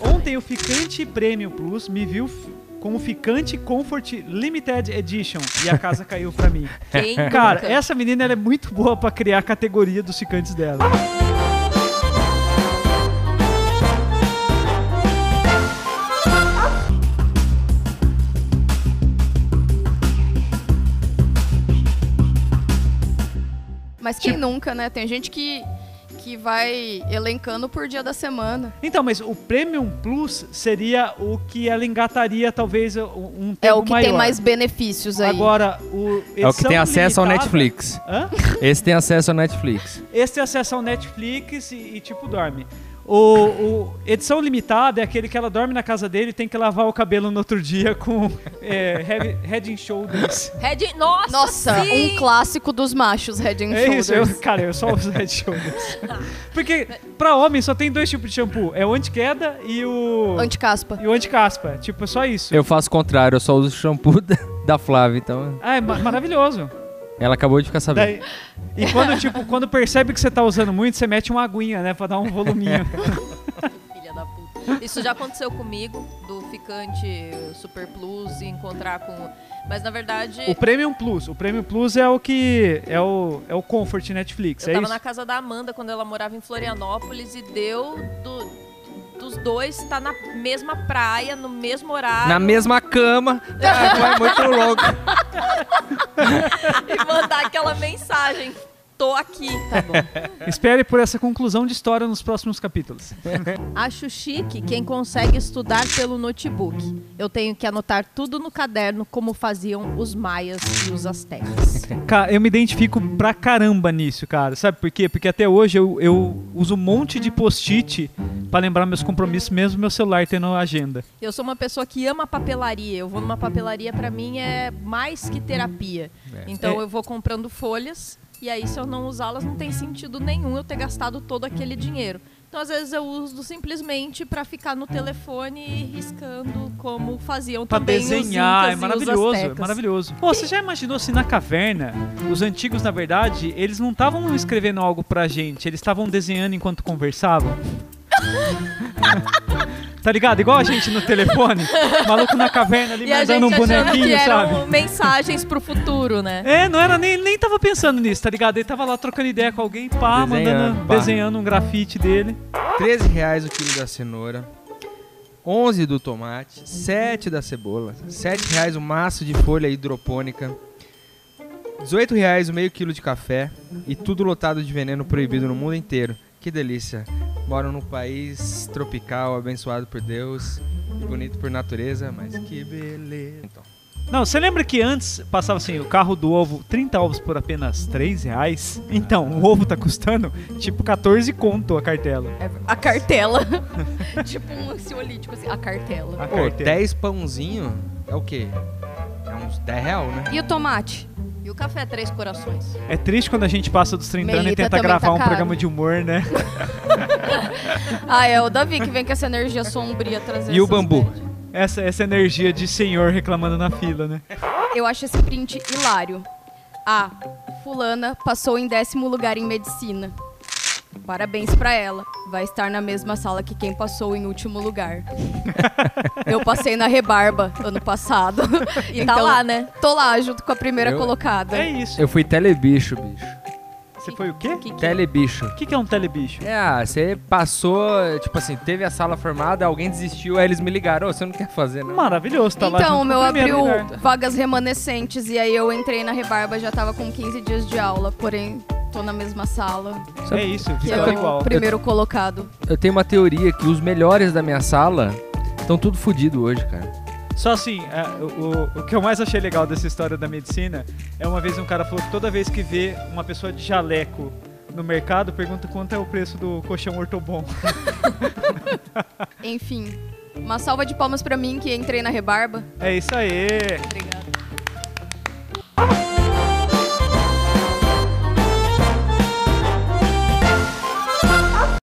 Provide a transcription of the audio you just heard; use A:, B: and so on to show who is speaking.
A: Ontem o Ficante Premium Plus me viu f- com o Ficante Comfort Limited Edition e a casa caiu pra mim.
B: Quem
A: Cara,
C: tá?
B: nunca?
A: essa menina ela é muito boa pra criar a categoria dos ficantes dela.
B: Mas
A: tipo
B: quem nunca, né? Tem gente que, que vai elencando por dia da semana.
A: Então, mas o Premium Plus seria o que ela engataria talvez um- um tempo
B: É o que
A: maior.
B: tem mais benefícios aí.
A: Agora, o
C: É o que
A: edição
C: tem acesso ao
A: limitada-
C: Netflix.
A: Hã?
C: Esse tem acesso ao Netflix.
A: Esse tem acesso ao Netflix e, e, tipo dorme. O, o- edição limitada é aquele que ela dorme na casa dele e tem que lavar o cabelo no outro dia com é, head, head and shoulders.
D: Red... Nossa,
B: Nossa,
D: sim!
B: um clássico dos machos, Head and
A: É isso, eu,
B: Shoulders.
A: cara, eu só uso head and shoulders. Porque pra homem só tem dois tipos de shampoo: é o anti-queda e o.
B: Anticaspa.
A: E o anti-caspa. Tipo, é só isso.
C: Eu faço o contrário, eu só uso o shampoo da, da Flávia, então
A: Ah, é ma- maravilhoso.
C: ela acabou de ficar sabendo.
A: Daí- e quando, tipo, quando percebe que você tá usando muito, você mete uma aguinha, né? Pra dar um voluminho.
D: Filha da puta. Isso já aconteceu comigo, do ficante Super Plus e encontrar com. Mas na verdade,
A: O Premium Plus. O Premium Plus é o que. É o, é o Comfort Netflix,
D: eu
A: é
D: tava
A: isso?
D: na casa da Amanda quando ela morava em Florianópolis e deu do- dos dois tá na mesma praia, no mesmo horário.
C: Na mesma cama. Ah, vai muito louco.
D: E mandar aquela mensagem. Tô aqui.
B: Tá bom.
A: Espere por essa conclusão de história nos próximos capítulos.
E: Acho chique quem consegue estudar pelo notebook. Eu tenho que anotar tudo no caderno, como faziam os maias e os astecas.
A: Cara, eu me identifico pra caramba nisso, cara. Sabe por quê? Porque até hoje eu, eu uso um monte de post-it pra lembrar meus compromissos, mesmo meu celular tendo agenda.
E: Eu sou uma pessoa que ama papelaria. Eu vou numa papelaria, pra mim é mais que terapia. Então
A: É.
E: eu vou comprando folhas e aí se eu não usá-las não tem sentido nenhum eu ter gastado todo aquele dinheiro. Então às vezes eu uso simplesmente pra ficar no telefone e riscando como faziam
A: Pra
E: também os
A: desenhar, é
E: incas e os
A: maravilhoso, é
E: astecas.
A: maravilhoso. Pô, você já imaginou se na caverna, os antigos, na verdade, eles não estavam escrevendo algo pra gente, eles estavam desenhando enquanto conversavam? tá ligado? Igual a gente no telefone, o maluco na caverna ali
E: E a
A: mandando um
E: gente achando
A: bonequinho,
E: que um eram
A: sabe?
E: mensagens pro futuro, né?
A: É, não era nem, nem tava pensando nisso, tá ligado? Ele tava lá trocando ideia com alguém, pá,
C: Desenhando,
A: mandando,
C: pá.
A: desenhando um grafite dele.
C: 13 reais o quilo da cenoura. 11 do tomate, 7 da cebola, 7 reais o maço de folha hidropônica, 18 reais o meio quilo de café e tudo lotado de veneno proibido no mundo inteiro. Que delícia! Moro num país tropical, abençoado por Deus e bonito por natureza, mas que beleza. Então,
A: Não, você lembra que antes passava assim, o carro do ovo, 30 ovos por apenas 3 reais? Então, o ovo tá custando tipo 14 conto a cartela.
B: A cartela. tipo um ansiolítico, assim, a cartela.
A: A
C: pô,
A: cartela.
C: 10 pãozinho é o quê? É uns 10 real, né?
B: E o tomate?
D: E o café Três Corações?
A: É triste quando a gente passa dos 30 anos e
B: Melita
A: tenta
B: também
A: gravar
B: tá
A: um
B: caro.
A: programa de humor, né?
B: Ah, é o Davi que vem com essa energia sombria trazer
C: E o
B: essas
C: bambu?
B: médias.
A: Essa, essa energia de senhor reclamando na fila, né?
B: É Eu acho esse print hilário. A. Fulana passou em décimo lugar em medicina. Parabéns pra ela. Vai estar na mesma sala que quem passou em último lugar. Eu passei na rebarba ano passado. E
A: Então,
D: tá
E: Então-
D: lá, né?
B: Tô lá junto com a primeira
C: Eu-
B: colocada.
A: É isso.
C: Eu fui telebicho, bicho.
A: Você foi o quê?
B: Que que-
C: Telebicho.
A: O que, que é um telebicho?
C: É, ah, você passou, tipo assim, teve a sala formada, alguém desistiu, aí eles me ligaram, ô, você não quer fazer, não?
A: Maravilhoso, tá lá junto
B: Então, o
A: com
B: meu
A: o primeiro
B: abriu
A: lugar.
B: vagas remanescentes e aí eu entrei na rebarba, já tava com 15 dias de aula, porém tô na mesma sala
C: Sabe-
A: É isso,
B: que
A: ficou
B: é
A: igual.
B: o primeiro colocado.
C: Eu tenho uma teoria que os melhores da minha sala estão tudo fodido hoje, cara.
A: Só assim, é, o, o- o que eu mais achei legal dessa história da medicina é uma vez um cara falou que toda vez que vê uma pessoa de jaleco no mercado, pergunta quanto é o preço do colchão ortobom.
B: Enfim, uma salva de palmas pra mim que entrei na rebarba.
A: É isso aí.